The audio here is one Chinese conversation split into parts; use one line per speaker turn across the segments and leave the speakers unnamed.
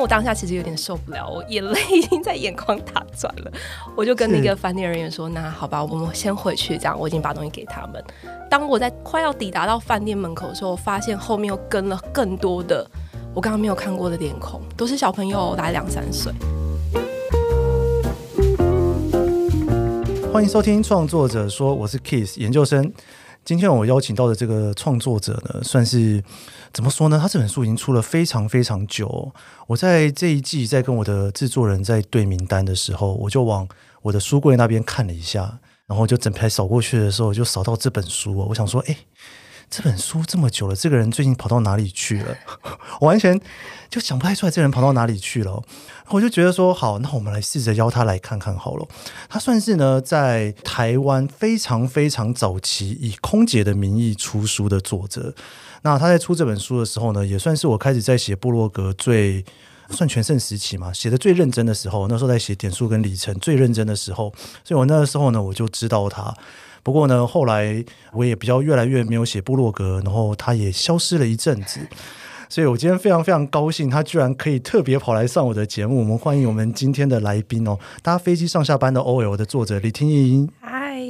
我当下其实有点受不了，我眼泪已经在眼眶打转了。我就跟那个饭店人员说：“那好吧，我们先回去。”这样，我已经把东西给他们。当我在快要抵达到饭店门口的时候，我发现后面又跟了更多的我刚刚没有看过的脸孔，都是小朋友，大概两三岁。
欢迎收听《创作者说》，我是 Kiss 研究生。今天我邀请到的这个创作者呢，算是怎么说呢？他这本书已经出了非常非常久哦、我在这一季在跟我的制作人在对名单的时候，我就往我的书柜那边看了一下，然后就整排扫过去的时候，我就扫到这本书、哦。我想说，哎，这本书这么久了，这个人最近跑到哪里去了？我完全就想不太出来，这人跑到哪里去了哦、我就觉得说，好，那我们来试着邀他来看看好了。他算是呢，在台湾非常非常早期以空姐的名义出书的作者。那他在出这本书的时候呢，也算是我开始在写部落格最算全盛时期嘛，写的最认真的时候。那时候在写点数跟里程最认真的时候，所以我那个时候呢，我就知道他。不过呢，后来我也比较越来越没有写部落格，然后他也消失了一阵子。所以我今天非常非常高兴，他居然可以特别跑来上我的节目。我们欢迎我们今天的来宾哦，搭飞机上下班的 OL 的作者李听莹。
嗨，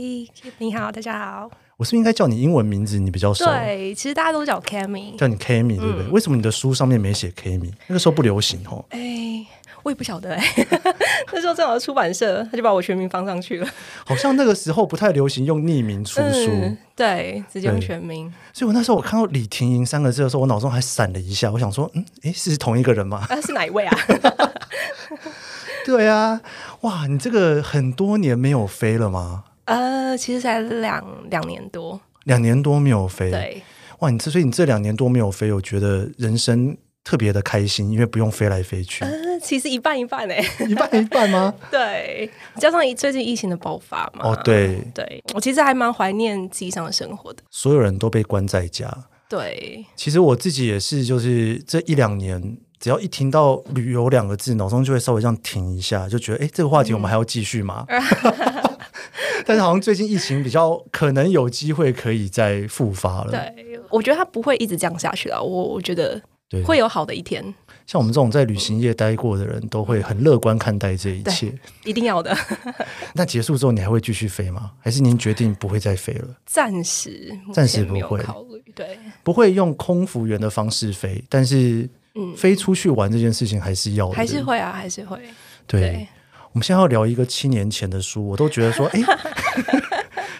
你好，大家好。
我是不是应该叫你英文名字，你比较熟，
对，嗯其实大家都叫我 Cammy。
叫你 Kimi 对不对？为什么你的书上面没写 Kimi？那个时候不流行哦。
哎、我也不晓得哎、 那时候正好出版社，他就把我全名放上去了。
好像那个时候不太流行用匿名出书，
嗯，对，直接用
对
全名。
所以我那时候我看到李婷莹三个字的时候，我脑中还闪了一下，我想说，嗯，诶，是同一个人吗？
啊，是哪一位啊？
对啊，哇，你这个很多年没有飞了吗？
呃，其实才两两年多，
两年多没有飞，
对，
哇，你这所以你这两年多没有飞，我觉得人生特别的开心，因为不用飞来飞去，
呃，其实一半一半哎、
一半一半吗？
对，加上最近疫情的爆发嘛，
哦，，对，
对我其实还蛮怀念机上的生活的，
所有人都被关在家。
对，
其实我自己也是，就是这一两年，只要一听到旅游两个字，脑中就会稍微这样停一下，就觉得哎，诶这个话题我们还要继续吗？ 但是好像最近疫情比较可能有机会可以再复发了。
对，我觉得它不会一直这样下去了，我我觉得
对
会有好的一天，
像我们这种在旅行业待过的人都会很乐观看待这一切。
一定要的。
那结束之后，你还会继续飞吗？还是您决定不会再飞了？
暂时目
暂时
前
不
没有
会
考虑，对，
不会用空服员的方式飞，但是
嗯
飞出去玩这件事情还是要的，
还是会啊，还是会，
哦对。
对
我们现在要聊一个七年前的书，我都觉 得说，哎、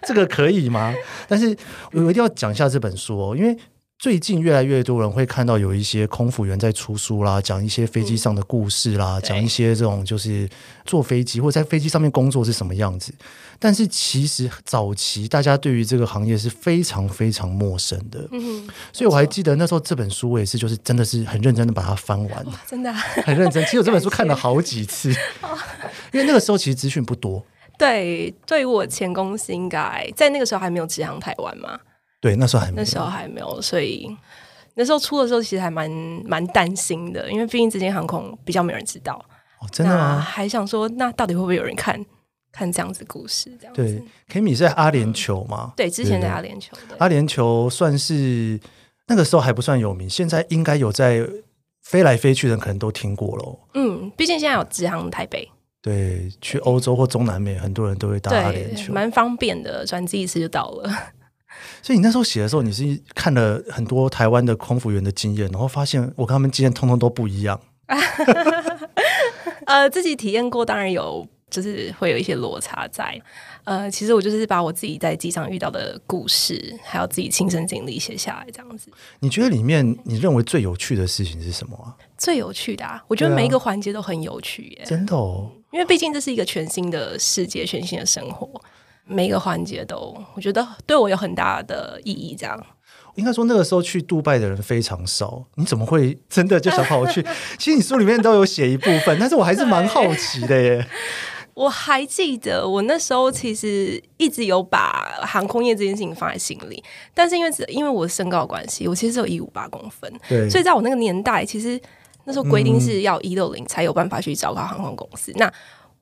这个可以吗？但是我一定要讲一下这本书哦，因为最近越来越多人会看到有一些空服员在出书啦，讲一些飞机上的故事啦，
对
讲、一些这种就是坐飞机或在飞机上面工作是什么样子。但是其实早期大家对于这个行业是非常非常陌生的，
嗯，
所以我还记得那时候这本书我也是就是真的是很认真的把它翻完，
真的啊、
很认真。其实我这本书看了好几次， 因为那个时候其实资讯不多。
对，对于我前公司应该在那个时候还没有直航台湾嘛，
对，那时候还没有。
那时候还没有，所以那时候出的时候其实还蛮蛮担心的，因为毕竟这间航空比较没有人知道，
哦，真的
那
吗？
还想说，那到底会不会有人看看这样子故事？这样子
对，Kimi 是在阿联酋嘛？
啊对，之前在阿
对啊
联酋的，
阿联酋算是那个时候还不算有名，现在应该有在飞来飞去的人可能都听过喽。
嗯，毕竟现在有直航台北，
对，去欧洲或中南美，很多人都会搭阿联
对，
酋。
蛮方便的，转机一次就到了。
所以你那时候写的时候，你是看了很多台湾的空服员的经验，然后发现我跟他们经验通通都不一样。
呃，自己体验过，当然有。就是会有一些落差在，呃，其实我就是把我自己在机上遇到的故事，还有自己亲身经历写下来，这样子
你觉得里面你认为最有趣的事情是什么啊？
最有趣的、啊。我觉得
对啊
每一个环节都很有趣耶，
真的哦，
因为毕竟这是一个全新的世界，全新的生活，每一个环节都我觉得对我有很大的意义。这样，
应该说那个时候去杜拜的人非常少，你怎么会真的就想跑去？其实你书里面都有写一部分，但是我还是蛮好奇的耶。
我还记得我那时候其实一直有把航空业这件事情放在心里，但是因为只因为我的身高的关系，我其实只有一五八公分，
对，
所以在我那个年代，其实那时候规定是要一六零才有办法去找到航空公司。那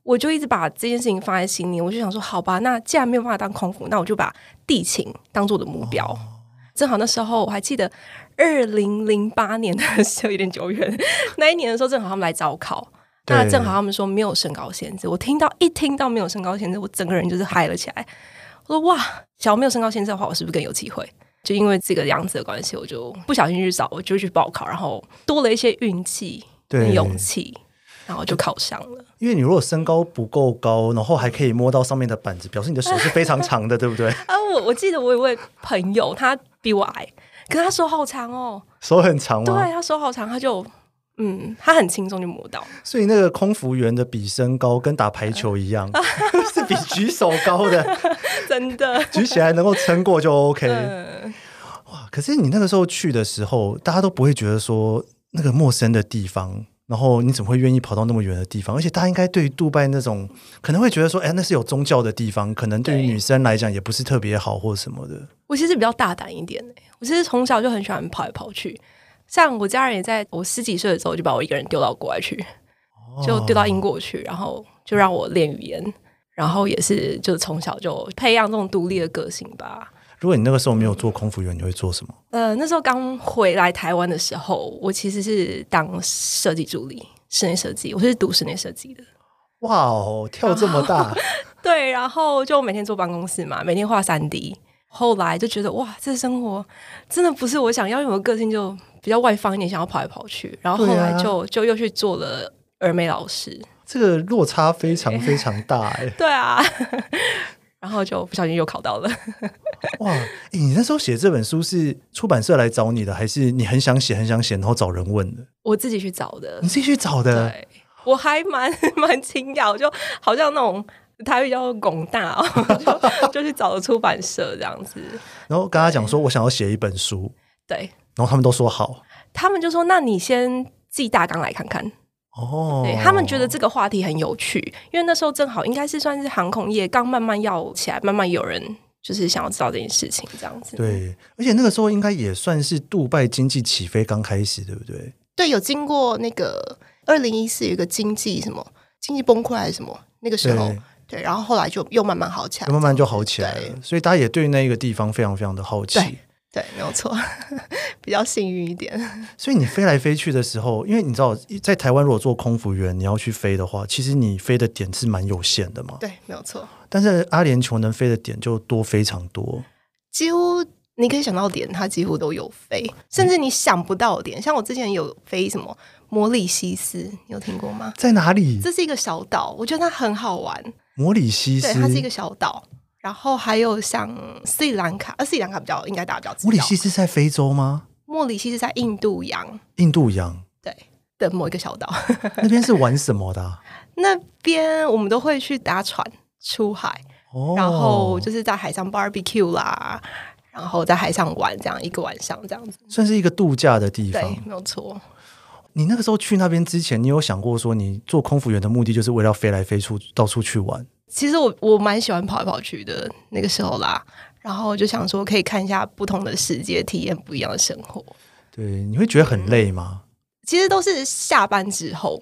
我就一直把这件事情放在心里，我就想说，好吧，那既然没有办法当空服，那我就把地勤当做我的目标。正好那时候我还记得二零零八年的时候有点久远， 那一年的时候正好他们来招考，
对
那正好他们说没有身高限制，我听到一听到没有身高限制，我整个人就是嗨了起来。我说哇，假如没有身高限制的话，我是不是更有机会？就因为这个样子的关系，我就不小心去找，我就去报考，然后多了一些运气跟
对
勇气，然后就考上了。
因为你如果身高不够高，然后还可以摸到上面的板子，表示你的手是非常长的，对不对？
啊，我我记得我有一位朋友，他比我矮，可是他手好长哦，
手很长
对
吗？
他手好长，他就嗯，他很轻松就摸到，
所以那个空服员的比身高跟打排球一样，是比举手高的，
真 的，
举起来能够撑过就 OK。
嗯，
哇！啊可是你那个时候去的时候，大家都不会觉得说那个陌生的地方，然后你怎么会愿意跑到那么远的地方？而且大家应该对于杜拜那种可能会觉得说，哎，那是有宗教的地方，可能对
对
于女生来讲也不是特别好或什么的。
我其实比较大胆一点、欸、我其实从小就很喜欢跑来跑去，像我家人也在我十几岁的时候就把我一个人丢到国外去，就丢到英国去，然后就让我练语言。然后也是，就是从小就培养这种独立的个性吧。
如果你那个时候没有做空服员，你会做什么？
呃，那时候刚回来台湾的时候，我其实是当设计助理，室内设计，我是读室内设计的。
哇哦，跳这么大！
对，然后就每天坐办公室嘛，每天画三 D。后来就觉得哇，这生活真的不是我想要，因为我个性就比较外放一点，想要跑来跑去。然后后来
对啊
就、就又去做了儿美老师，
这个落差非常非常大哎、
对啊，然后就不小心又考到了。
哇、哎你那时候写这本书是出版社来找你的，还是你很想写很想写，然后找人问的？
我自己去找的
你，自己去找的？
对，我还蛮 蛮惊讶，我就好像那种台语叫拱大、哦， 就就去找了出版社这样子。
然后跟他讲说，我想要写一本书，
对
然后他们都说好。
他们就说：“那你先寄大纲来看看。
哦，
对他们觉得这个话题很有趣，因为那时候正好应该是算是航空业刚慢慢要起来，慢慢有人就是想要知道这件事情这样子。
对，而且那个时候应该也算是杜拜经济起飞刚开始，对不对？
对，有经过那个二零一四有一个经济什么经济崩溃还是什么那个时候，
对
对然后后来就又慢慢好起来，
慢慢就好起来
对
了，所以大家也对那个地方非常非常的好奇。
对对，没有错， 比较幸运一点。
所以你飞来飞去的时候，因为你知道，在台湾如果做空服员，你要去飞的话，其实你飞的点是蛮有限的嘛。
对，没有错，
但是阿联酋能飞的点就多非常多。
几乎你可以想到的点，它几乎都有飞，甚至你想不到的点，像我之前有飞什么摩里西斯，你有听过吗？
在哪里？
这是一个小岛，我觉得它很好玩，
摩里西斯
对，，它是一个小岛。然后还有像斯里兰卡，呃，斯里兰卡比较应该大家比较知道。
摩里西斯在非洲吗？
莫里西是在印度洋
印度洋
对的某一个小岛，
那边是玩什么的啊、
那边我们都会去搭船出海，
哦，
然后就是在海上 barbecue 啦，然后在海上玩这样一个晚上这样子。
算是一个度假的地
对
方，。
没有错。
你那个时候去那边之前，你有想过说你做空服员的目的就是为了要飞来飞出，到处去玩？
其实我我蛮喜欢跑来跑去的那个时候啦，然后就想说可以看一下不同的世界，体验不一样的生活。
对，你会觉得很累吗？
其实都是下班之后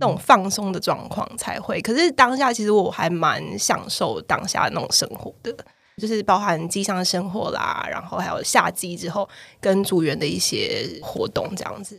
那种放松的状况才会。可是当下其实我还蛮享受当下那种生活的，就是包含机上的生活啦，然后还有下机之后跟组员的一些活动这样子。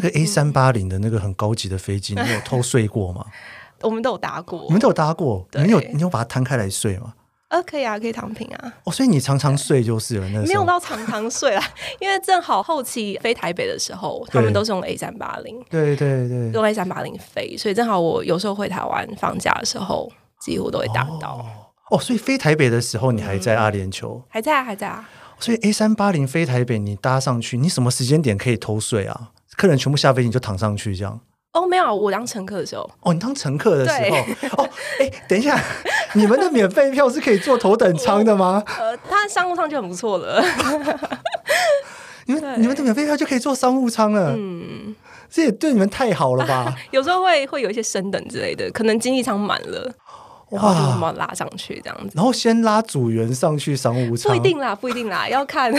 嗯
个 A 三八零的那个很高级的飞机，你有偷睡过吗？
嗯
我们都有搭过
你，们都有搭过，
对
你们有你有把它摊开来睡吗？
呃，可以啊，可以躺平啊，
哦，所以你常常睡就是了。那
没
时
有
候
到常常 睡啦，因为正好后期飞台北的时候，他们都是用 A 三八零，
对对对，
用 A 三八零飞，所以正好我有时候回台湾放假的时候，几乎都会打到。
哦，所以飞台北的时候你还在阿联酋，
还在啊，还在啊，
所以 A 三八零飞台北你搭上去，你什么时间点可以偷睡啊？客人全部下飞机你就躺上去这样。
哦，没有啊，我当乘客的时候，
哦，你当乘客的时候，哦，哎，等 一下，你们的免费票是可以坐头等舱的吗？
呃，他商务舱就很不错了。
你们你们的免费票就可以坐商务舱了，嗯，这也对你们太好了吧？
有时候会会有一些升等之类的，可能经济舱满了，然后就把我
哇！
们拉上去这样子。
然后先拉组员上去商务舱，哎
不一定啦，不一定啦，要看，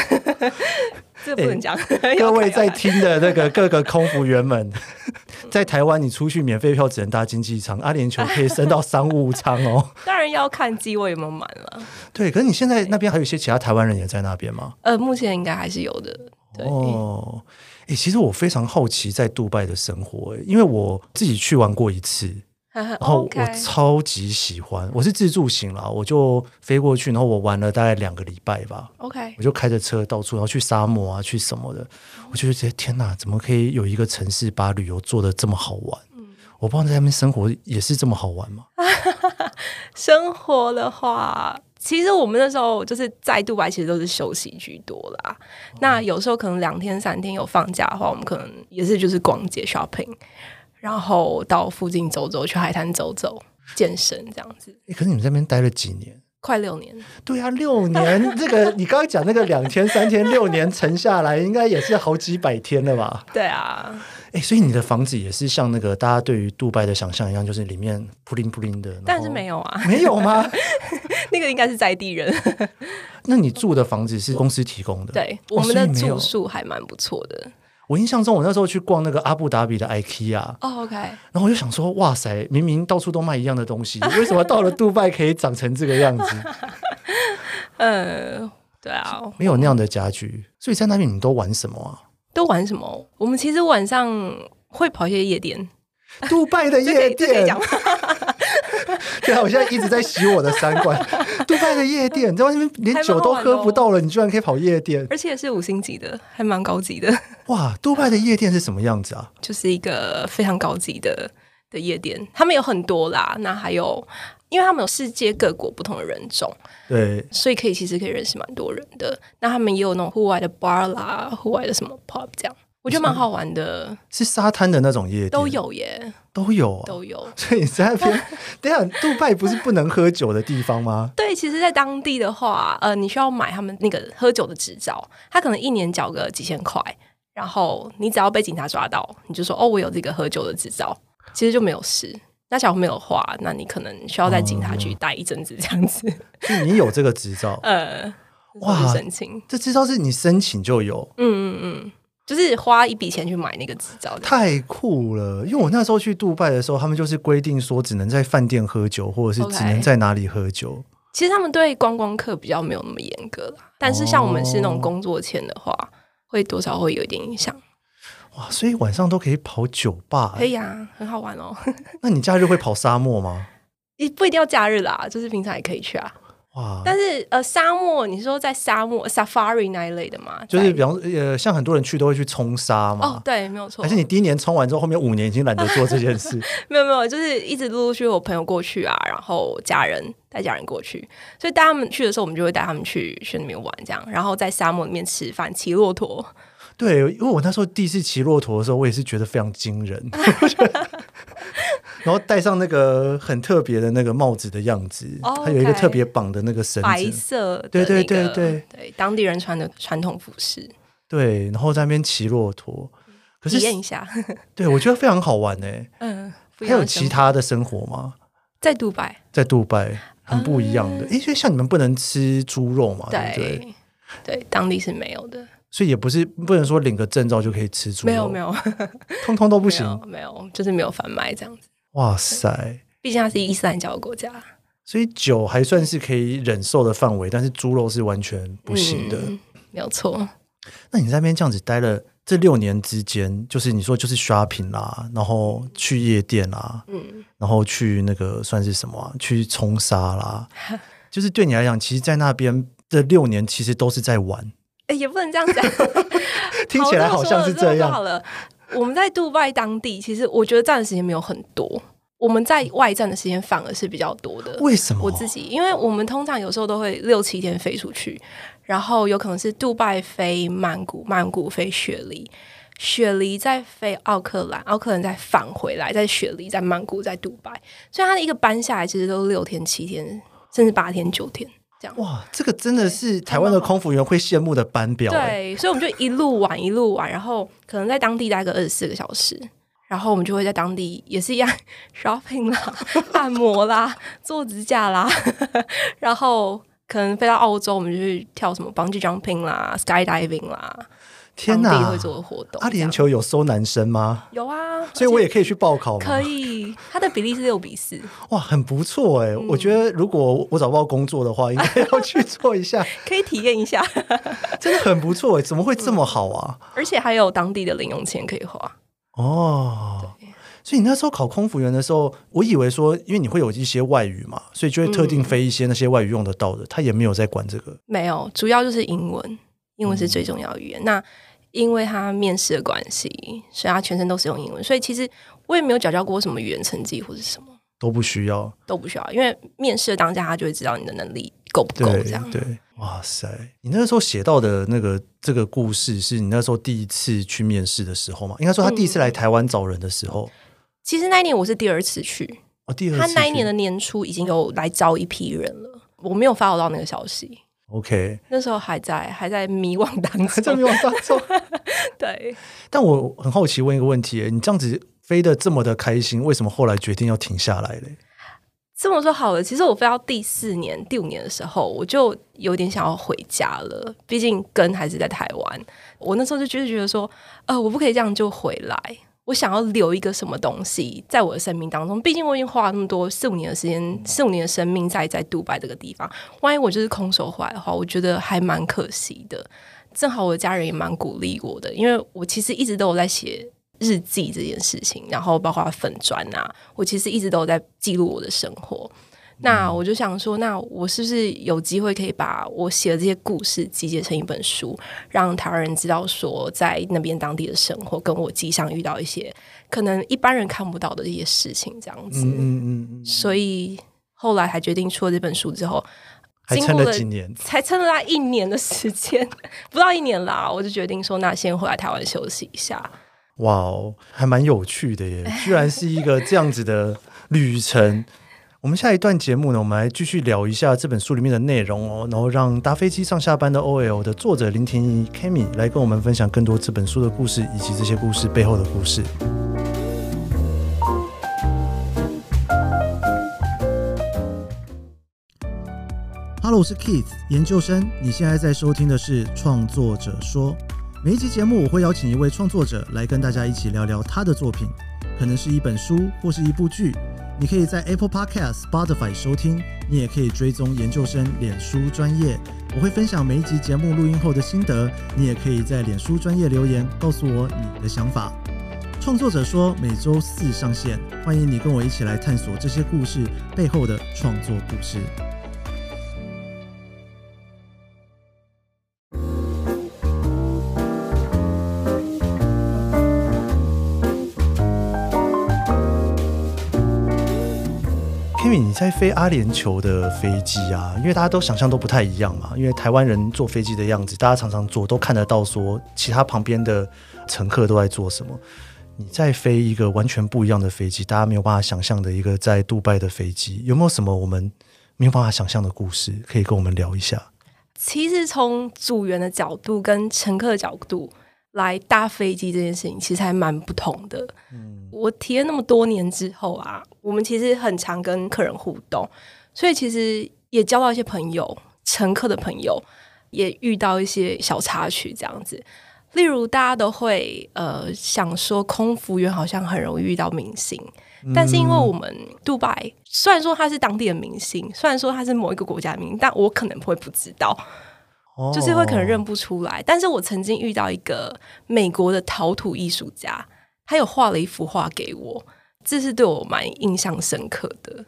这不能讲。要看
各位在
要看
听的那个各个空服员们， 在台湾你出去免费票只能搭经济舱，阿联酋可以升到商务舱 哦。
当然要看机位有没有满了。
对，可是你现在那边还有一些其他台湾人也在那边吗？
呃，目前应该还是有的。对，
哦，诶，其实我非常好奇在杜拜的生活、诶因为我自己去玩过一次，然后
OK
哦我超级喜欢。我是自助行啦，我就飞过去，然后我玩了大概两个礼拜吧。
OK，
我就开着车到处，然后去沙漠啊，去什么的，我就觉得天哪，怎么可以有一个城市把旅游做的这么好玩？
嗯
我不知道在那边生活也是这么好玩吗？
生活的话，其实我们那时候就是在杜拜，其实都是休息居多啦。那有时候可能两天三天有放假的话，我们可能也是就是逛街 shopping，然后到附近走走，去海滩走走，健身这样子，
诶可是你们在那边待了几年？
快六年。
对啊，六 年，这个你刚刚讲那个两天、三天、六年乘下来，应该也是好几百天了吧？
对啊，
哎，所以你的房子也是像那个大家对于杜拜的想象一样，就是里面扑灵扑灵的。然后
但是没有啊，
没有吗？
那个应该是在地人。
那你住的房子是公司提供 的？
对，
哦
我们
所
的
以没有
住宿还蛮不错的。
我印象中，我那时候去逛那个阿布达比的 IKEA，
哦，OK、o k
然后我就想说，哇塞，明明到处都卖一样的东西，为什么到了杜拜可以长成这个 样子？
呃，对啊，
没有那样的家具，所以在那边你们都玩什么啊？
都玩什么？我们其实晚上会跑一些夜店，
杜拜的
这可
夜
以这可以
店
讲，吗？
对啊，我现在一直在洗我的三 观。杜拜的夜店，你在外面连酒都喝不到了，你居然可以跑夜店？
而且是五星级的，还蛮高级的，
哇，杜拜的夜店是什么样子啊？
就是一个非常高级的的夜店。他们有很多啦，那还有，因为他们有世界各国不同的人种，
对，
所以可以其实可以认识蛮多人的。那他们也有那种户外的 bar 啦，户外的什么 pub 这样，我觉得蛮好玩的，
是沙滩的那种夜店，
都有耶，
都有、啊。
都有。
所以你在那边，等一下，杜拜不是不能喝酒的地方吗？
对，其实，在当地的话，呃，你需要买他们那个喝酒的执照，他可能一年缴个几千块，然后你只要被警察抓到，你就说哦，我有这个喝酒的执照，其实就没有事。那小朋友的话，那你可能需要在警察局待一阵子这样子，
所以你有这个执照，
呃，
哇
哇，申请，
这执照是你申请就有，
嗯嗯嗯，就是花一笔钱去买那个执照的，
太酷了！因为我那时候去杜拜的时候，他们就是规定说只能在饭店喝酒，或者是
OK
只能在哪里喝酒。
其实他们对观光客比较没有那么严格啦，但是像我们是那种工作签的话，会多少会有一点影响。
哇，所以晚上都可以跑酒吧、
可以啊，很好玩哦。
那你假日会跑沙漠吗？
也不一定要假日啦，就是平常也可以去啊。
哇，
但是呃，沙漠，你说在沙漠 safari 那一类的嘛，
就是
在
比方呃，像很多人去都会去冲沙嘛。
哦，对，没有错
还，是你第一年冲完之后，后面五年已经懒得做这件事？
没有没有，就是一直陆陆续续我朋友过去啊，然后家人带家人过去，所以带他们去的时候，我们就会带他们去去那边玩，这样，然后在沙漠里面吃饭，骑骆驼，
对，因为我那时候第一次骑骆驼的时候，我也是觉得非常惊人， 我觉得然后戴上那个很特别的那个帽子的样子，
哦
它有一个
OK
特别绑的那个绳
白
子，
色的、
对
那
对
个，
对对
对，当地人穿的传统服饰，
对，然后在那边骑骆驼。可
嗯体
是，
验一下，
对我觉得非常好玩哎、
嗯，不一
还
样
有
的生活嗯
其他的生活吗？
在杜拜，
在杜拜很不一样的，因为像你们不能吃猪肉嘛，对不哦对？
对对，当地是没有的，
所以也不是不能说领个证照就可以吃猪肉，
没有没有。
通通都不
不
行。
没有，没有就是没有贩卖这样子。
哇塞！
毕竟它是伊斯兰教的国家，
所以酒还算是可以忍受的范围，但是猪肉是完全不行的。
嗯没有错。
那你在那边这样子待了这六年之间，就是你说就是 shopping 啦，然后去夜店啦，
嗯，
然后去那个算是什么、啊？去冲沙啦， 就是对你来讲，其实，在那边的六年其实都是在玩，
哎，也不能这样讲，
听起来好像是这
好这么说
样。
好了，我们在杜拜当地，其实我觉得站的时间没有很多，我们在外站的时间反而是比较多的。
为什么？
呃我自己，因为我们通常有时候都会六七天飞出去，然后有可能是杜拜飞曼谷，曼谷飞雪梨，雪梨再飞奥克兰，奥克兰再返回来，在雪梨，在曼谷，在杜拜，所以它的一个班下来其实都六天、七天，甚至八天、九天这样。
哇，这个真的是台湾的空服员会羡慕的班表、欸。
对，所以我们就一路玩一路玩，然后可能在当地待个二十四个小时，然后我们就会在当地也是一样 shopping 啦、按摩啦、做指甲啦，然后可能飞到澳洲，我们就去跳什么 bungee jumping 啦、skydiving 啦，
天
当地
哪
会！做的活动。
阿
这样
联酋有收男生吗？
有啊，
所以
而
我
且
也可以去报考吗？
可以，它的比例是六比四，
哇，很不错哎、我觉
嗯
得如果我找不到工作的话，应该要 去做一下，
可以体验一下，
真的很不错哎、怎么会这么好啊？
而且还有当地的零用钱可以花。嗯
哦，所以你那时候考空服员的时候，我以为说，因为你会有一些外语嘛，所以就会特
嗯
定飞一些那些外语用得到的，他也没有在管这个。
没有，主要就是英文，英文是
嗯
最重要的语言。那因为他面试的关系，所以他全程都是用英文，所以其实我也没有缴交过什么语言成绩或者什么
都不需要，
都不需要，因为面试的当下他就会知道你的能力够不
对
够这样。啊
对，哇塞！你那时候写到的那个这个故事，是你那时候第一次去面试的时候嘛？应该说他第一次
嗯
来台湾找人的时候，
其实那一年我是第二次去，
哦，第二次
他那一
去
年的年初已经有来招一批人了，我没有发到那个消息，
OK，
那时候还在还在迷惘当
还在
中
没。往上走。
对，
但我很好奇问一个问题，你这样子飞得这么的开心，为什么后来决定要停下来嘞？
这么说好了，其实我飞到第四年、第五年的时候，我就有点想要回家了，毕竟根还是在台湾。我那时候就就是觉得说，呃，我不可以这样就回来，我想要留一个什么东西在我的生命当中。毕竟我已经花了那么多四五年的时间，四五年的生命在在杜拜这个地方，万一我就是空手回来的话，我觉得还蛮可惜的。正好我的家人也蛮鼓励我的，因为我其实一直都有在写日记这件事情，然后包括粉砖啊，我其实一直都有在记录我的生活。那我就想说，那我是不是有机会可以把我写的这些故事集结成一本书，让台湾人知道说，在那边当地的生活，跟我机上遇到一些可能一般人看不到的一些事情，这样子。
嗯嗯嗯嗯，
所以后来还决定出了这本书之后，
还
经
撑
过
了
了
几年，
才撑了他一年的时间， 不到一年啦，我就决定说，那先回来台湾休息一下。
哇哦，还蛮有趣的耶，居然是一个这样子的旅程。我们下一段节目呢，我们来继续聊一下这本书里面的内容哦，然后让搭飞机上下班的 OL 的作者林婷怡 Kimi 来跟我们分享更多这本书的故事，以及这些故事背后的故事。Hello，我是 Keith 研究生。你现在在收听的是《创作者说》。每一期节目我会邀请一位创作者来跟大家一起聊聊他的作品，可能是一本书或是一部剧。你可以在 Apple Podcast、Spotify 收听，你也可以追踪研究生脸书专业。我会分享每一集节目录音后的心得，你也可以在脸书专业留言告诉我你的想法。创作者说每周四上线，欢迎你跟我一起来探索这些故事背后的创作故事。Kimi，你在飞阿联酋的飞机啊，因为大家都想象都不太一样嘛，因为台湾人坐飞机的样子，大家常常坐都看得到，说其他旁边的乘客都在做什么。你在飞一个完全不一样的飞机，大家没有办法想象的一个在杜拜的飞机，有没有什么我们没有办法想象的故事可以跟我们聊一下？
其实从组员的角度跟乘客的角度来搭飞机这件事情，其实还蛮不同的。我体验那么多年之后啊，我们其实很常跟客人互动，所以其实也交到一些朋友，乘客的朋友，也遇到一些小插曲这样子。例如，大家都会呃想说，空服员好像很容易遇到明星，但是因为我们杜拜虽然说他是当地的明星，虽然说他是某一个国家的明星，但我可能会不知道，
哦
就是会可能认不出来。但是我曾经遇到一个美国的陶土艺术家，他有画了一幅画给我，这是对我蛮印象深刻的。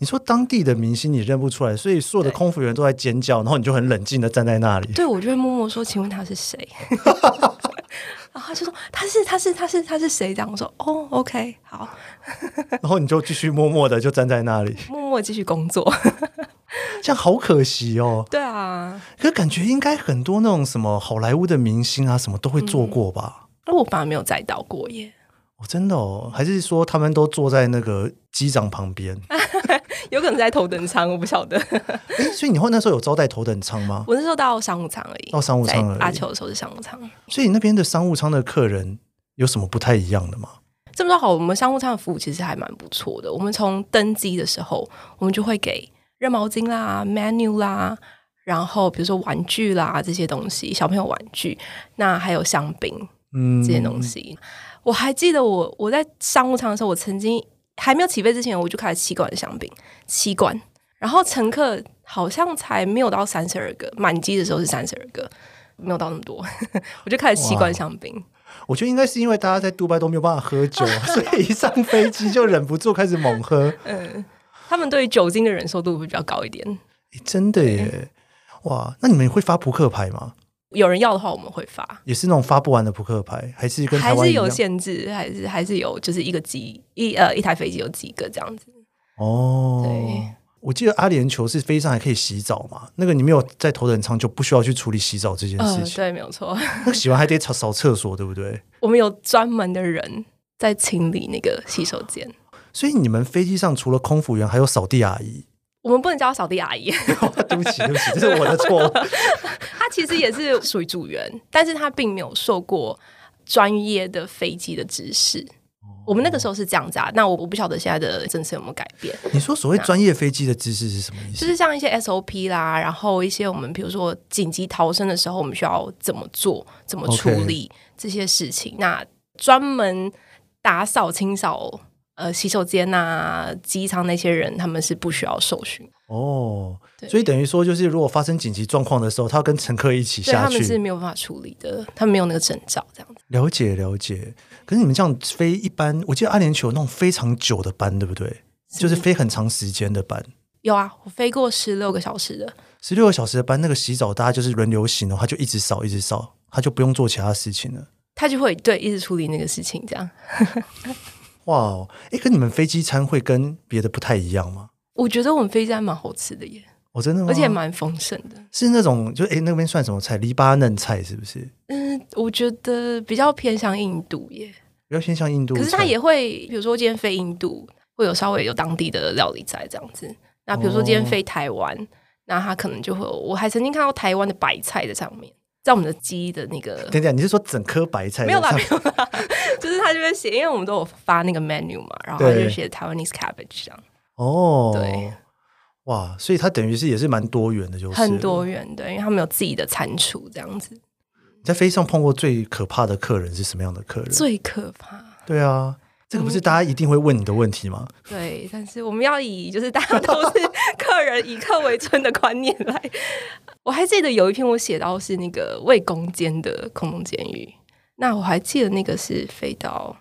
你说当地的明星你认不出来，所以所有的
对
空服员都在尖叫，然后你就很冷静的站在那里。
对我就会默默说：“请问他是谁？” 然后他就说：“他是，他是，他是，他是谁？”这样我说：“哦，OK，好，
然后你就继续默默的就站在那里，
默默继续工作。
这样好可惜哦”。
对啊，
可感觉应该很多那种什么好莱坞的明星啊，什么都会做过吧？
那我反而没有载到过耶。
哦，真的哦，还是说他们都坐在那个机长旁 边？
有可能在头等舱，我不晓得。
哎，所以你后那时候有招待头等 舱吗？
我那时候到商务舱而已，
到哦商务舱而已
在阿球的时候是商务舱。
所以那边的商务舱的客人有什么不太一样的吗？
这么说好，我们商务舱的服务其实还蛮不错的。我们从登机的时候，我们就会给热毛巾啦、menu 啦，然后比如说玩具啦这些东西，小朋友玩具，那还有香槟
嗯，
这些东西。我还记得我我在商务舱的时候，我曾经还没有起飞之前，我就开始七罐香槟，七罐，然后乘客好像才没有到三十二个，满机的时候是三十二个。没有到那么多， 我就开始七罐香槟，
我觉得应该是因为大家在杜拜都没有办法喝酒，所以一上飞机就忍不住开始 猛喝。
他们对于酒精的忍受度会比较高一点。
诶真的耶！哇，那你们会发扑克牌吗？
有人要的话，我们会发，
也是那种发不完的扑克牌，还是跟台
还
湾
是
一样
有？限制，还是还是有，就是一个机一呃一台飞机有几个这样子。
哦，
对。
我记得阿联酋是飞上还可以洗澡嘛？那个你没有在头等舱就不需要去处理洗澡这件
呃
事，情。
对，没有错，
那个洗完还得扫扫厕所，对不对？
我们有专门的人在清理那个洗手间。
所以你们飞机上除了空服员，还有扫地阿姨。
我们不能叫她扫地阿姨，
对不起，对不起，这是我的错。
她其实也是属于组员， 但是她并没有受过专业的飞机的知识。
哦
我们那个时候是这样子啊，那我我不晓得现在的政策有没有改变，
你说所谓专业飞机的知识是什么意思？
就是像一些 SOP 啦，然后一些我们比如说紧急逃生的时候，我们需要怎么做、怎么处
OK
理这些事情。那专门打扫、清扫呃洗手间啊、机舱那些人，他们是不需要受训，
哦，
对
所以等于说，就是如果发生紧急状况的时候，他要跟乘客一起
对
下
他们是
去。
没有办法处理的，他们没有那个证照这样子。
了解了解。可是你们这样飞一般，我记得阿联酋有那种非常久的班，对不对？就是飞很长时间的班，
有啊，我飞过十六个小时的，
十六个小时的班，那个洗澡大家就是轮流洗哦，他就一直扫一直扫，他就不用做其他事情了。
他就会对一直处理那个事情这样。
哇哦，哎，跟你们飞机餐会跟别的不太一样吗？
我觉得我们飞机还蛮好吃的耶，
哦，真的吗？
而且蛮丰盛的。
是那种就哎那边算什么菜？黎巴嫩菜是不是？
嗯，我觉得比较偏向印度耶。
比较偏向印度菜。
可是它也会，比如说今天飞印度，会有稍微有当地的料理在这样子。那比如说今天飞台湾，那它可能就会有，我还曾经看到台湾的白菜在上面，在我们的鸡的那个
等一下，你是说整颗白菜？
没有啦，没有啦， 就是它就会写，因为我们都有发那个 menu 嘛，然后它
对
就写 Taiwanese cabbage 这样，
哦，
对，
哇，所以它等于是也是蛮多元哦的，就是
很多。元对，因为他们有自己的餐厨这样子，
你在飞机上碰过最可怕的客人是什么样的客人？
最可怕。
对啊，这个不是大家一定会问你的问题吗？
对，但是我们要以就是大家都是客人，以客为尊的观念来。我还记得有一篇我写到是那个未攻坚的空中监狱，那我还记得那个是飞到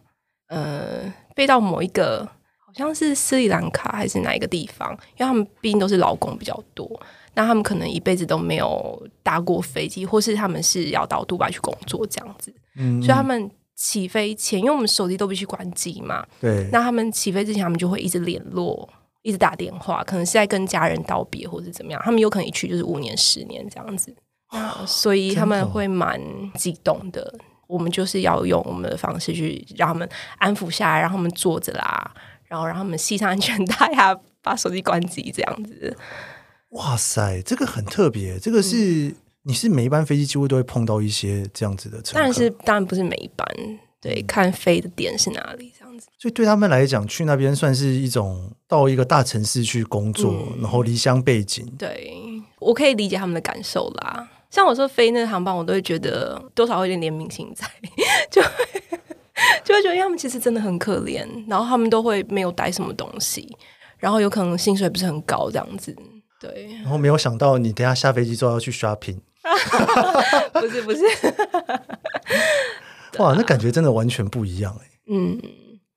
呃飞到某一个好像是斯里兰卡还是哪一个地方，因为他们毕竟都是劳工比较多，那他们可能一辈子都没有搭过飞机，或是他们是要到杜拜去工作这样子，
嗯，
所以他们起飞前，因为我们手机都必须关机嘛，
对，
那他们起飞之前，他们就会一直联络，一直打电话，可能是在跟家人道别或者怎么样。他们有可能一去就是五年、十年这样子，那所以他
真
们
的哦
会蛮激动的。我们就是要用我们的方式去让他们安抚下来，让他们坐着啦，然后让他们系上安全带啊，把手机关机这样子。
哇塞，这个很特别，这个是、
嗯
你是每一班飞机几乎都会碰到一些这样子的哦嗯乘客，
当然是，当然不是每一班，对，看飞的点是哪里这样子。
所以对他们来讲，去那边算是一种到一个大城市去工作，
嗯
然后离乡背景，
对，我可以理解他们的感受啦。像我说飞那个航班，我都会觉得多少有点怜悯心在， 就会就会觉得因为他们其实真的很可怜，然后他们都会没有带什么东西，然后有可能薪水不是很高这样子。对，
然后没有想到你等一下下飞机之后要去 shopping，
不是不是，
哇，那感觉真的完全不一样哎、
啊嗯，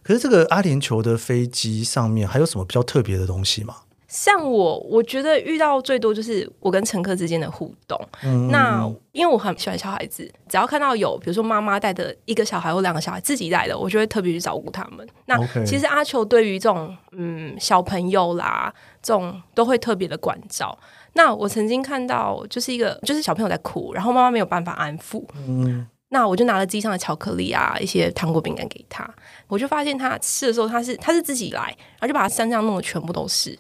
可是这个阿联酋的飞机上面还有什么比较特别的东西吗？
像我，我觉得遇到最多就是我跟乘客之间的互动。
嗯
那因为我很喜欢小孩子，只要看到有比如说妈妈带的一个小孩或两个小孩自己带的，我就会特别去照顾他们。那
OK
其实阿球对于这种嗯小朋友啦，这种都会特别的关照。那我曾经看到就是一个就是小朋友在哭，然后妈妈没有办法安抚，
嗯，
那我就拿了机上的巧克力啊，一些糖果饼干给他，我就发现他吃的时候，他是他是自己来，然后就把他山上弄的全部都是。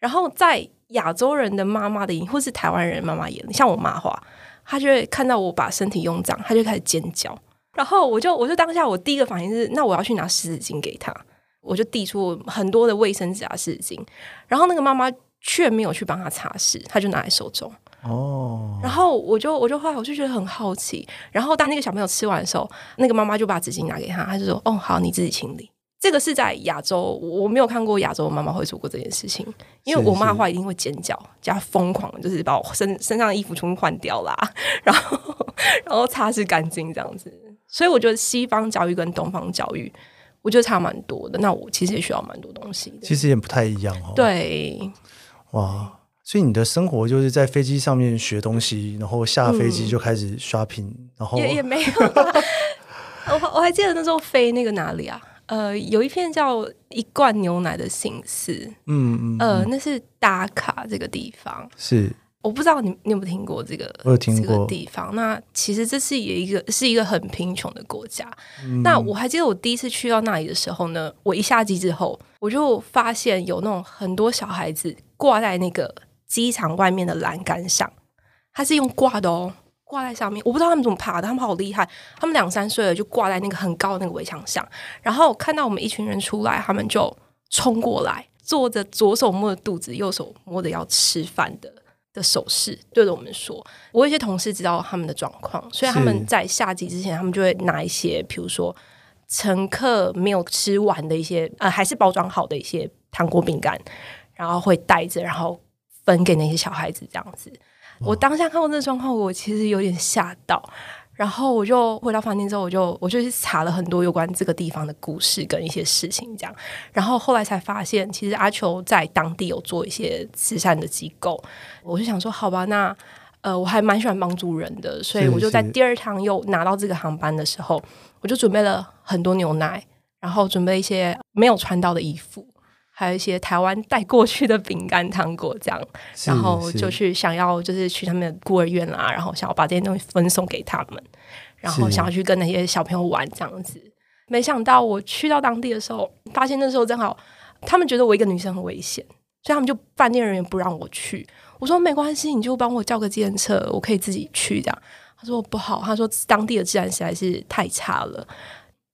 然后在亚洲人的妈妈的眼，或是台湾人的妈妈眼里，像我妈的话，她就会看到我把身体用脏，她就开始尖叫。然后我就我就当下我第一个反应是，那我要去拿湿纸巾给她，我就递出很多的卫生纸啊湿纸巾，然后那个妈妈却没有去帮她擦拭，她就拿来手中。
哦，
然后我就我就后来我就觉得很好奇，然后当那个小朋友吃完的时候，那个妈妈就把纸巾拿给他，他就说：“哦，好，你自己清理。”这个是在亚洲，我我没有看过亚洲的妈妈会做过这件事情，因为
是
我妈
是
的话一定会尖叫，加疯狂，就是把我身身上的衣服全部换掉啦，然后然后擦拭干净这样子。所以我觉得西方教育跟东方教育，我觉得差蛮多的。那我其实也学到蛮多东西的。
其实也不太一样哦。，
对，
哇，所以你的生活就是在飞机上面学东西，然后下飞机就开始 shopping，、然
嗯
后
也也没有 啦。我我还记得那时候飞那个哪里啊？呃，有一片叫一罐牛奶的形式，
嗯嗯，
呃，那是打卡这个地方。
是
我不知道你你有没有听过这个，
我有听过
这个地方。那其实这是也一个是一个很贫穷的国家。
嗯
那我还记得我第一次去到那里的时候呢，我一下机之后，我就发现有那种很多小孩子挂在那个机场外面的栏杆上，它是用挂的哦，挂在上面。我不知道他们怎么爬的，他们好厉害。他们两三岁了就挂在那个很高的那个围墙上，然后看到我们一群人出来，他们就冲过来，坐着左手摸着肚子，右手摸着要吃饭的的手势，对着我们说。我有一些同事知道他们的状况，所以他
是
们在下机之前，他们就会拿一些，比如说乘客没有吃完的一些，呃，还是包装好的一些糖果饼干，然后会带着，然后分给那些小孩子这样子。
嗯
我当下看过这个状况，我其实有点吓到。然后我就回到饭店之后，我就我就去查了很多有关这个地方的故事跟一些事情，这样。然后后来才发现，其实阿球在当地有做一些慈善的机构。我就想说，好吧，那呃，我还蛮喜欢帮助人的，所以
是
我就在
是
第二趟又拿到这个航班的时候，我就准备了很多牛奶，然后准备一些没有穿到的衣服，还有一些台湾带过去的饼干糖果这样。
是
然后就是去想要就是去他们的孤儿院啦，然后想要把这些东西分送给他们，然后
是
想要去跟那些小朋友玩这样子。没想到我去到当地的时候，发现那时候正好他们觉得我一个女生很危险，所以他们就饭店人员不让我去。我说没关系，你就帮我叫个计程车，我可以自己去这样。他说不好，他说当地的治安实在是太差了。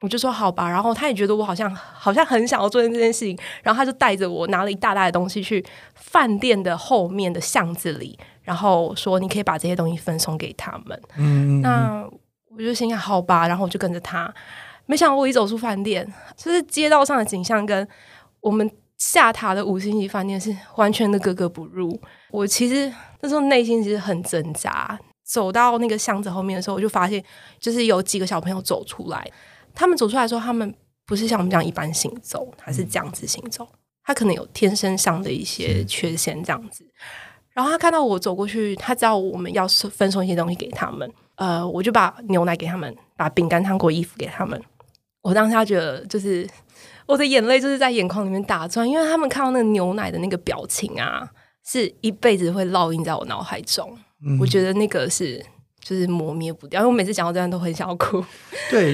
我就说好吧，然后他也觉得我好像好像很想要做这件事情，然后他就带着我拿了一大袋的东西去饭店的后面的巷子里，然后说你可以把这些东西分送给他们。
嗯，
那我就心想好吧，然后我就跟着他。没想到我一走出饭店，就是街道上的景象跟我们下榻的五星级饭店是完全的格格不入。我其实那时候内心其实很挣扎。走到那个巷子后面的时候，我就发现就是有几个小朋友走出来，他们走出来的时候，他们不是像我们这样一般行走，他
嗯
是这样子行走，他可能有天生上的一些缺陷这样子。然后他看到我走过去，他知道我们要送分送一些东西给他们，呃，我就把牛奶给他们，把饼干、糖果、衣服给他们。我当下觉得，就是我的眼泪就是在眼眶里面打转，因为他们看到那个牛奶的那个表情啊，是一辈子会烙印在我脑海中。
嗯
我觉得那个是就是磨灭不掉，因为我每次讲到这段都很想要哭。
对，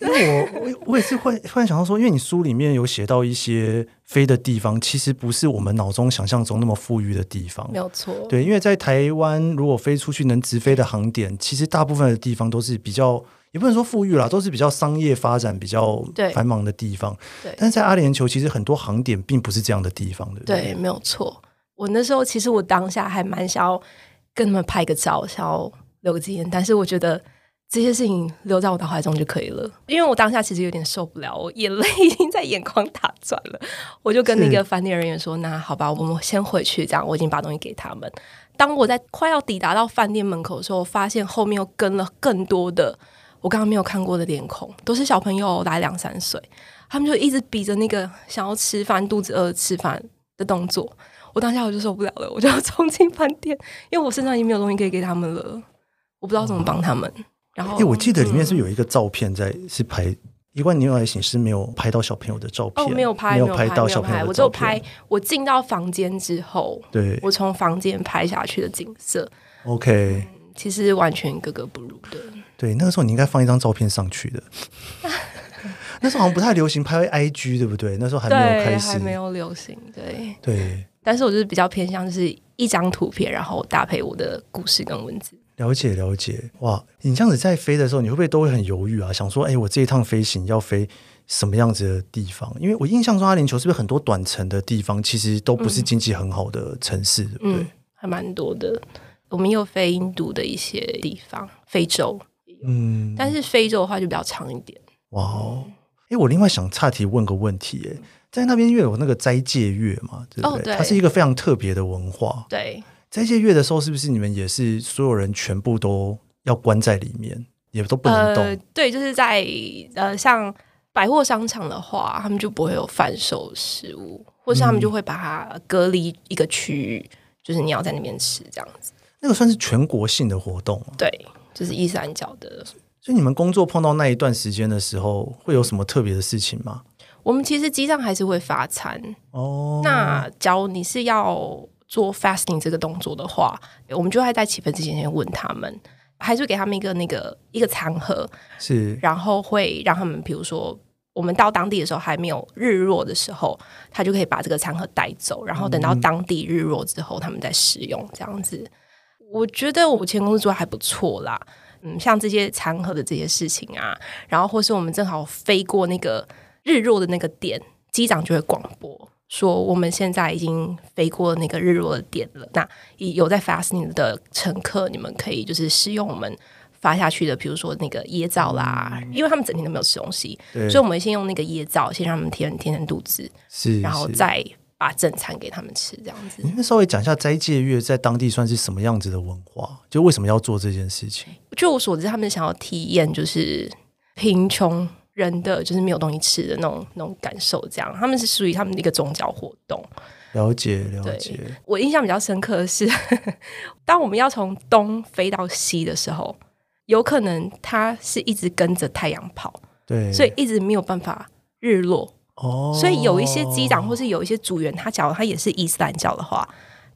因为我我我也是会忽然想到说，因为你书里面有写到一些飞的地方，其实不是我们脑中想象中那么富裕的地方
没。有错，
对，因为在台湾，如果飞出去能直飞的航点，其实大部分的地方都是比较，也不能说富裕啦，都是比较商业发展比较
对
繁忙的地方。
对
但是在阿联酋，其实很多航点并不是这样的地方，对不
对，没有错。我那时候其实我当下还蛮想要跟他们拍个照，想要留个纪念，但是我觉得这些事情留在我脑海中就可以了，因为我当下其实有点受不了，我眼泪已经在眼眶打转了。我就跟那个饭店人员说：“那好吧，我们先回去。”这样，我已经把东西给他们。当我在快要抵达到饭店门口的时候，我发现后面又跟了更多的我刚刚没有看过的脸孔，都是小朋友，大概两三岁。他们就一直比着那个想要吃饭、肚子饿吃饭的动作。我当下我就受不了了，我就要冲进饭店，因为我身上已经没有东西可以给他们了，我不知道怎么帮他们。然后，
哎、我记得里面
哦
是不是有一个照片在是拍一万牛奶醒是没有拍到小朋友的照片，
哦，没有拍，没
没有
有拍，
到
没
小
有
朋友
拍，
的
我只有
照片
拍我进到房间之后，
对
我从房间拍下去的景色，
，OK，
其实完全格格不入的。
对，那个时候你应该放一张照片上 去的。那时候好像不太流行拍 IG，对不对？那时候还没
对，
有开始，
还没有流行，对。
对，
但是我就是比较偏向就是一张图片，然后搭配我的故事跟文字。
了解了解。哇，你这样子在飞的时候，你会不会都会很犹豫啊？想说，哎、我这一趟飞行要飞什么样子的地方？因为我印象中阿联酋是不是很多
嗯
短程的地方，其实都不是经济很好的城市，对不对？
嗯，还蛮多的。我们也有飞印度的一些地方，非洲，
嗯，
但是非洲的话就比较长一点。
哇哦，哎，我另外想岔题问个问题，哎，在那边因为有那个斋戒月嘛，对不
哦对
它是一个非常特别的文化。
对，
斋戒月的时候，是不是你们也是所有人全部都要关在里面，也都不能动？
呃，对，就是在呃，像百货商场的话，他们就不会有贩售食物，或是他们就会把它隔离一个区域，就是你要在那边吃这样子。
那个算是全国性的活动嘛？
对，就是伊斯兰教的。
所以你们工作碰到那一段时间的时候，会有什么特别的事情吗？
我们其实机上还是会发餐，
哦，
那假如你是要做 fasting 这个动作的话，我们就会在起飞之前先问他们，还是给他们一个那个一个餐盒，
是
然后会让他们，比如说我们到当地的时候还没有日落的时候，他就可以把这个餐盒带走，然后等到当地日落之后，他们再使用这样子。我觉得我前公司做得还不错啦，嗯，像这些餐盒的这些事情啊，然后或是我们正好飞过那个日落的那个点，机长就会广播说我们现在已经飞过那个日落的点了。那有在 fasting 的乘客，你们可以就是使用我们发下去的，比如说那个椰枣啦，因为他们整天都没有吃东西，
嗯对，
所以我们先用那个椰枣先让他们填填填肚子，
是，
然后
是
再把正餐给他们吃，这样子。
你们稍微讲一下斋戒月在当地算是什么样子的文化？就为什么要做这件事情？
据我所知，他们想要体验就是贫穷人的就是没有东西吃的那种那种感受，这样他们是属于他们的一个宗教活动。
了解，了
对
解，
我印象比较深刻的是， 当我们要从东飞到西的时候，有可能他是一直跟着太阳跑，
对，
所以一直没有办法日落。
哦，
所以有一些机长或是有一些组员，他假如他也是伊斯兰教的话，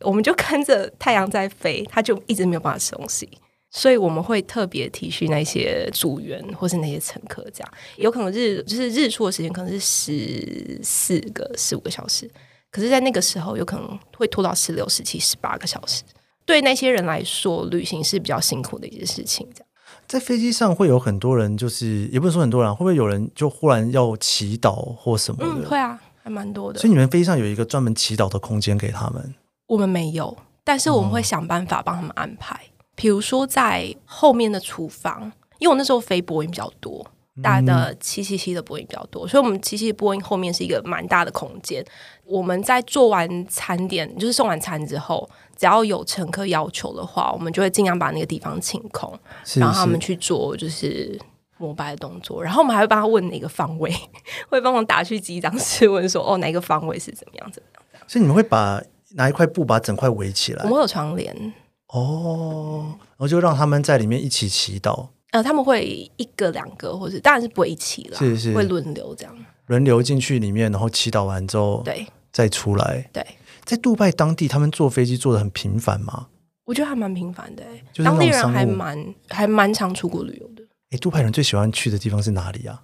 我们就看着太阳在飞，他就一直没有办法吃东西。所以我们会特别体恤那些组员或是那些乘客，这样有可能日就是日出的时间可能是十四个、十五个小时，可是，在那个时候有可能会拖到十六、十七、十八个小时。对那些人来说，旅行是比较辛苦的一件事情。这样
在飞机上会有很多人，就是也不是说很多人啊，会不会有人就忽然要祈祷或什么
嗯，
的？
会啊，还蛮多的。
所以你们飞机上有一个专门祈祷的空间给他们。
我们没有，但是我们
哦
会想办法帮他们安排，比如说在后面的厨房，因为我那时候飞波音比较多，
嗯
大的七七七的波音比较多，所以我们七七波音后面是一个蛮大的空间。我们在做完餐点，就是送完餐之后，只要有乘客要求的话，我们就会尽量把那个地方清空，
是
然后他们
是
去做就是。膜拜的动作，然后我们还会帮他问哪个方位， 会帮忙打去机长室问说哦哪一个方位是怎么样子，
所以你们会把拿一块布把整块围起来
我们，会有窗帘，
哦，然后就让他们在里面一起祈祷，
呃，他们会一个两个，或是当然是不会一起啦，
是是
会轮流这样。
轮流进去里面，然后祈祷完之后
对
再出来。
对，
在杜拜当地，他们坐飞机坐的很频繁吗？
我觉得还蛮频繁的、欸，
就是那
当
种
地人
商务
还蛮还蛮常出国旅游的。
诶，杜拜人最喜欢去的地方是哪里啊？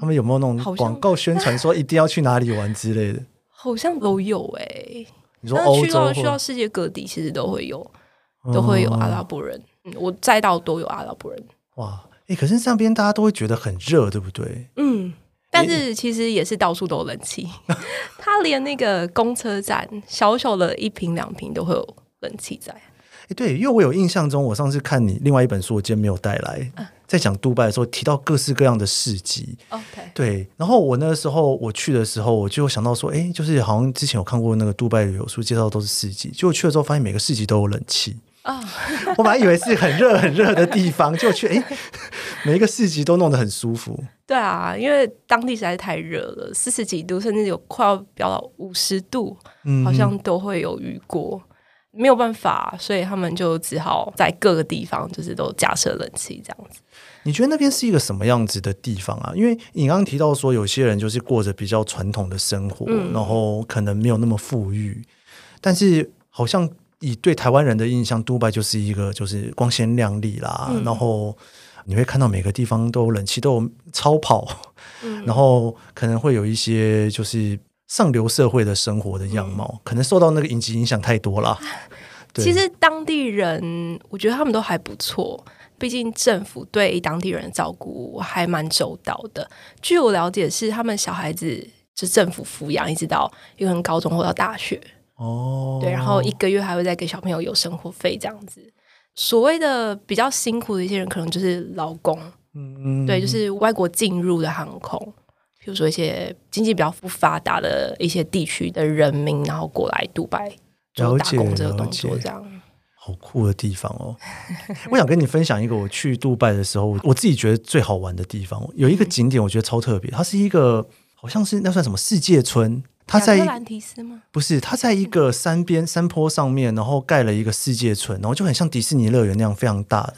他们有没有那
好像
种广告宣传说一定要去哪里玩之类的？
好像都有哎、欸，
你说
那
欧
去
洲
到
或哦
去到世界各地，其实都会有，都会有阿拉伯人。嗯，我载到都有阿拉伯人。
哇？诶，可是那边大家都会觉得很热，对不对？
嗯，但是其实也是到处都有冷气， 他连那个公车站小小的一瓶两瓶都会有冷气在。
诶，对，因为我有印象中，我上次看你另外一本书，我今天没有带来，
嗯
在讲杜拜的时候提到各式各样的市集，
OK，
对，然后我那个时候我去的时候，我就想到说，哎，就是好像之前有看过那个杜拜旅游书介绍都是市集，结果去了之后发现每个市集都有冷气。
啊
我本来以为是很热很热的地方，结果去哎，诶 每一个市集都弄得很舒服。
对啊，因为当地实在是太热了，四十几度，甚至有快要飙到五十度，
嗯
好像都会有遇过，没有办法，所以他们就只好在各个地方就是都架设冷气这样子。
你觉得那边是一个什么样子的地方啊？因为你刚刚提到说，有些人就是过着比较传统的生活，
嗯
然后可能没有那么富裕，但是好像以对台湾人的印象，杜拜就是一个就是光鲜亮丽啦，
嗯
然后你会看到每个地方都有冷气，都有超跑，
嗯
然后可能会有一些就是上流社会的生活的样貌，可能受到那个影集影响太多啦。
嗯
对
其实当地人，我觉得他们都还不错。毕竟政府对当地人的照顾还蛮周到的。据我了解，是他们小孩子就政府抚养，一直到有可能高中或到大学，
哦，
对，然后一个月还会再给小朋友有生活费这样子。所谓的比较辛苦的一些人，可能就是劳工，
嗯，
对，就是外国进入的航空，比如说一些经济比较不发达的一些地区的人民，然后过来杜拜做
了
打
解
工这个
了
动作，
解
这样。
好酷的地方哦！我想跟你分享一个我去杜拜的时候，我自己觉得最好玩的地方，有一个
嗯
景点我觉得超特别，它是一个好像是那算什么世界村，它在
亚
一
特兰提嗯斯吗？
不是它在一个山边山坡上面，然后盖了一个世界村，然后就很像迪士尼乐园那样非常大的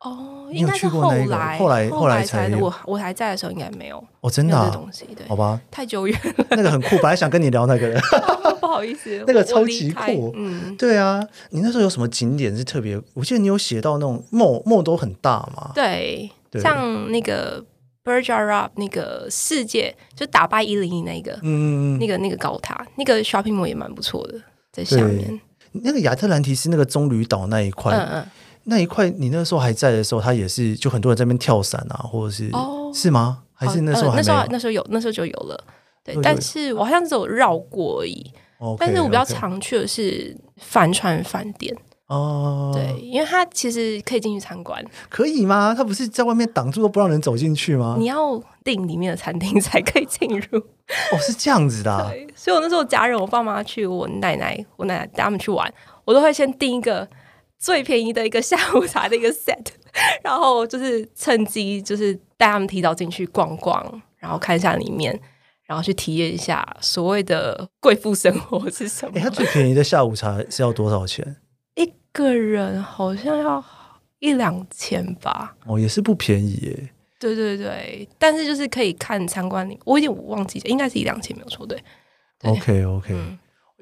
哦，
你
应
有
该
去
是
过那
后
一个
来，
后来后
后
来才
才
有
我我还在的时候应该没有，
哦，真
没
的、
有这
啊
东西，对
好，吧，
太久远了，
那个很酷，本来想跟你聊那个的，
不好意思，
那个
我
超
离
级
开
酷
嗯，
对啊，你那时候有什么景点是特别？我记得你有写到那种梦梦都很大嘛，
对，
对
像那个 Burj Arab 那个世界就打败一零一那个、
嗯，
那个那个高塔，那个 shopping mall 也蛮不错的，在下面，
那个亚特兰提斯那个棕榈岛那一块，
嗯嗯，
那一块你那时候还在的时候，它也是就很多人在那边跳伞啊，或者是、
哦
是吗？还是那时候
呃那
还没
时
有？
候那时候有那时候就有了。对
那时候，有
但是我好像只有绕过而已。
哦 OK，
但是我比较
OK
常去的是帆船饭店，
哦，
对，，因为它其实可以进去参观，
可以吗？它不是在外面挡住都不让人走进去吗？
你要订里面的餐厅才可以进入。
哦，是这样子的啊、
对，所以我那时候家人，我爸妈去，我奶奶，我奶奶带他们去玩，我都会先订一个最便宜的一个下午茶的一个 set，然 后就是趁机就是带他们提早进去逛逛，然后看一下里面，然后去体验一下所谓的贵妇生活是什么。
哎，它最便宜的下午茶是要多少钱？
一个人好像要一两千吧。
哦，也是不便宜耶。
对对对，但是就是可以看参观里，我有点忘记，应该是一两千没有错，对，对嗯
OK OK，、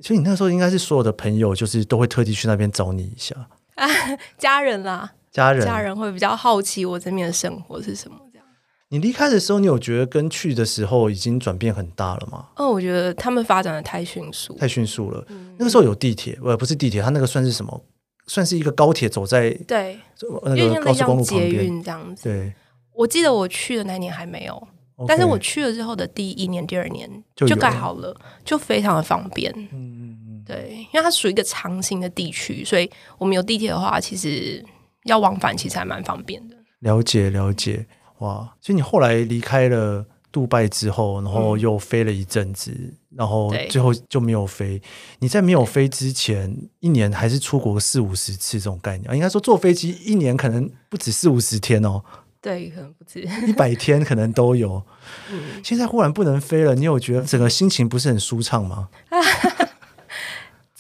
所以你那时候应该是所有的朋友就是都会特地去那边找你一下，
啊家人啦，
家人。
家人会比较好奇我这边的生活是什么这样。
你离开的时候，你有觉得跟去的时候已经转变很大了吗？
嗯，我觉得他们发展的太迅速，
太迅速了。
嗯
那个时候有地铁，呃，不是地铁，它那个算是什么？算是一个高铁走在
对，
呃
因
那
为
个
像
高
类像
速公路旁
捷
边。
运这样子。
对
我记得我去的那一年还没有，
，OK，
但是我去了之后的第一年、第二年
就有
就盖
了
好了，就非常的方便。
嗯嗯
对，因为它属于一个长型的地区，所以我们有地铁的话，其实要往返其实还蛮方便的。
了解了解，哇！所以你后来离开了杜拜之后，然后又飞了一阵子，然
嗯
后
对
最后就没有飞。你在没有飞之前，一年还是出国四五十次这种概念，啊应该说坐飞机一年可能不止四五十 天哦，
对，可能不止。
一百天可能都有。
嗯
现在忽然不能飞了，你有觉得整个心情不是很舒畅吗？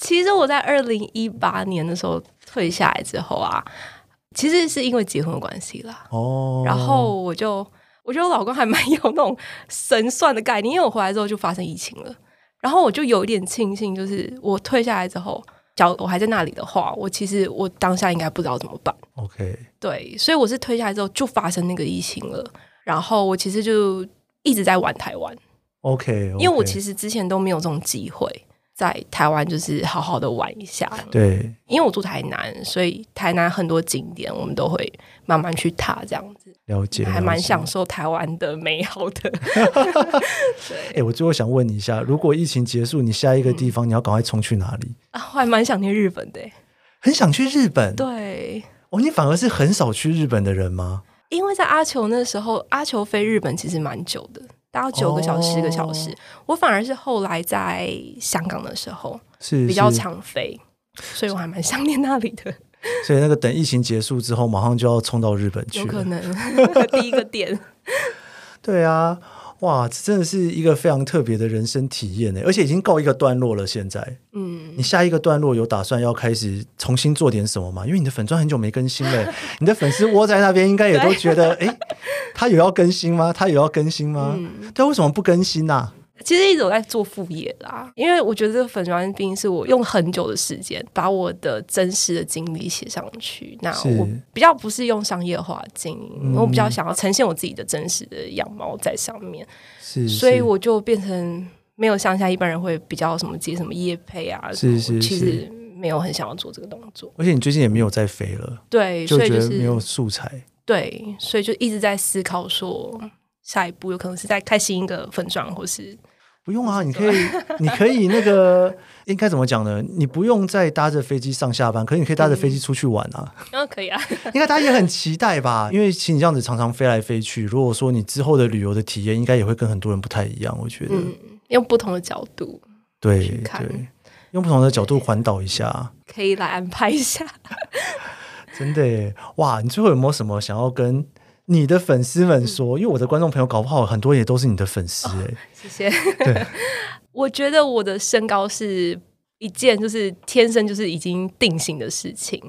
其实我在二零一八年的时候退下来之后啊，其实是因为结婚的关系啦。
哦，
然后我就我觉得我老公还蛮有那种神算的概念，因为我回来之后就发生疫情了，然后我就有一点庆幸，就是我退下来之后，假如我还在那里的话，我其实我当下应该不知道怎么办。
OK，
对，所以我是退下来之后就发生那个疫情了，然后我其实就一直在玩台湾，
OK，
因为我其
实
实之前都没有这种机会在台湾就是好好的玩一下。
对
因为我住台南，所以台南很多景点我们都会慢慢去踏，这样子
了解，
还蛮
了解
享受台湾的美好的。
哎、我最后想问你一下，如果疫情结束，你下一个地
嗯
方你要赶快冲去哪里？
啊，我还蛮想念日本的欸。
很想去日本。
对，
哦，你反而是很少去日本的人吗？
因为在阿球那时候，阿球飞日本其实蛮久的，大概九个小时、
哦
十个小时。我反而是后来在香港的时候
是
比较
是
常飞，所以我还蛮想念那里的。
所以那个等疫情结束之后，马上就要冲到日本去
有
了。
可 能第一个点，
对啊，哇，这真的是一个非常特别的人生体验欸呢，而且已经告一个段落了。现在
嗯，
你下一个段落有打算要开始重新做点什么吗？因为你的粉钻很久没更新 了，你的粉丝窝在那边应该也都觉得，哎，他有要更新吗？他有要更新吗？
嗯
对啊，为什么不更新呐、
其实一直有在做副业啦，因为我觉得这个粉砖毕竟是我用很久的时间把我的真实的经历写上去。那
是嗯
我比较不是用商业化经营，我比较想要呈现我自己的真实的样貌在上面，
是，
所以
是
我就变成没有像像一般人会比较什么接什么业配啊，什么
是是
我其
是
实没有很想要做这个动作。
而且你最近也没有再飞了，
对，
就
所以
觉
就
得
是
没有素材。
对， 所以就一直在思考说下一步有可能是在开新一个粉砖，或是
不用啊，你可以，你可以那个应该怎么讲呢？你不用再搭着飞机上下班，可是你可以搭着飞机出去玩啊。
嗯，可以啊，
应该大家也很期待吧？因为其实你这样子常常飞来飞去，如果说你之后的旅游的体验，应该也会跟很多人不太一样。我觉得，
嗯，用不同的角度
对
去看
对，用不同的角度环岛一下，
可以来安排一下。
真的耶哇！你最后有没有什么想要跟你的粉丝们
嗯
说？因为我的观众朋友搞不好很多也都是你的粉丝哎、
谢谢。 我觉得我的身高是一件就是天生就是已经定型的事情，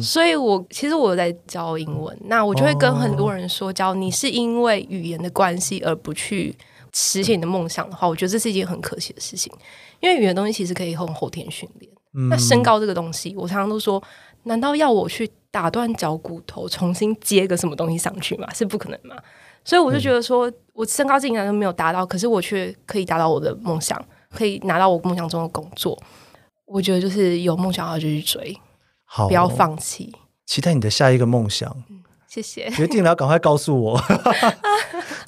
所以我其实我有在教英文，那我就会跟很多人说，教你是因为语言的关系而不去实现你的梦想的话，我觉得这是一件很可惜的事情，因为语言的东西其实可以用后天训练。那身高这个东西，我常常都说，难道要我去打断脚骨头，重新接个什么东西上去吗？是不可能嘛。所以我就觉得说，我身高竟然都没有达到，可是我却可以达到我的梦想，可以拿到我梦想中的工作。我觉得就是有梦想要就去追，
好，
不要，放弃。
期待你的下一个梦想。
谢谢，
决定了，要赶快告 诉我。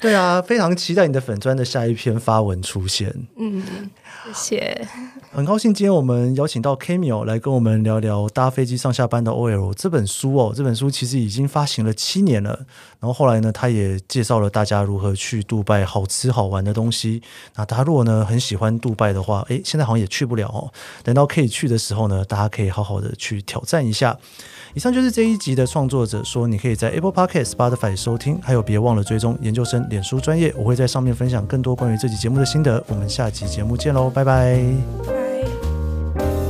对啊，非常期待你的粉砖的下一篇发文出现。
嗯，谢谢，
很高兴今天我们邀请到 Camio 来跟我们聊聊搭飞机上下班的 OL 这本书哦。这本书其实已经发行了七年了，然后后来呢，他也介绍了大家如何去杜拜好吃好玩的东西。那大家如果呢很喜欢杜拜的话，诶，现在好像也去不了哦。等到可以去的时候呢，大家可以好好的去挑战一下。以上就是这一集的创作者说，你可以在 Apple Podcast、Spotify 收听，还有别忘了追踪研究生脸书专业，我会在上面分享更多关于这期节目的心得。我们下期节目见喽，拜拜。
拜。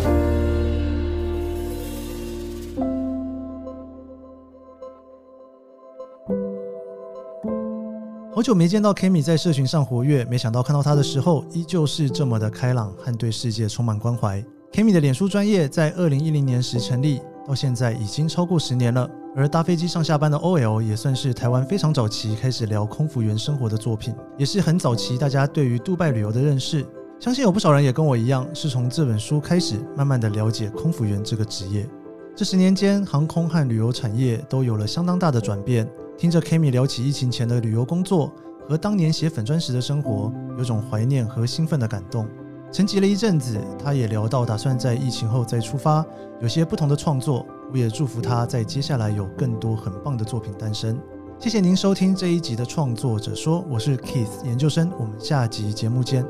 好久没见到 Kimi 在社群上活跃，没想到看到他的时候，依旧是这么的开朗和对世界充满关怀。Kimi 的脸书专业在二零一零年时成立，到现在已经超过十年了。而搭飞机上下班的 OL 也算是台湾非常早期开始聊空服员生活的作品，也是很早期大家对于杜拜旅游的认识。相信有不少人也跟我一样，是从这本书开始慢慢的了解空服员这个职业。这十年间，航空和旅游产业都有了相当大的转变。听着 Kimi 聊起疫情前的旅游工作和当年写粉砖时的生活，有种怀念和兴奋的感动。沉寂了一阵子，他也聊到打算在疫情后再出发，有些不同的创作。我也祝福他在接下来有更多很棒的作品诞生。谢谢您收听这一集的创作者说，我是 Keith 研究生，我们下集节目见。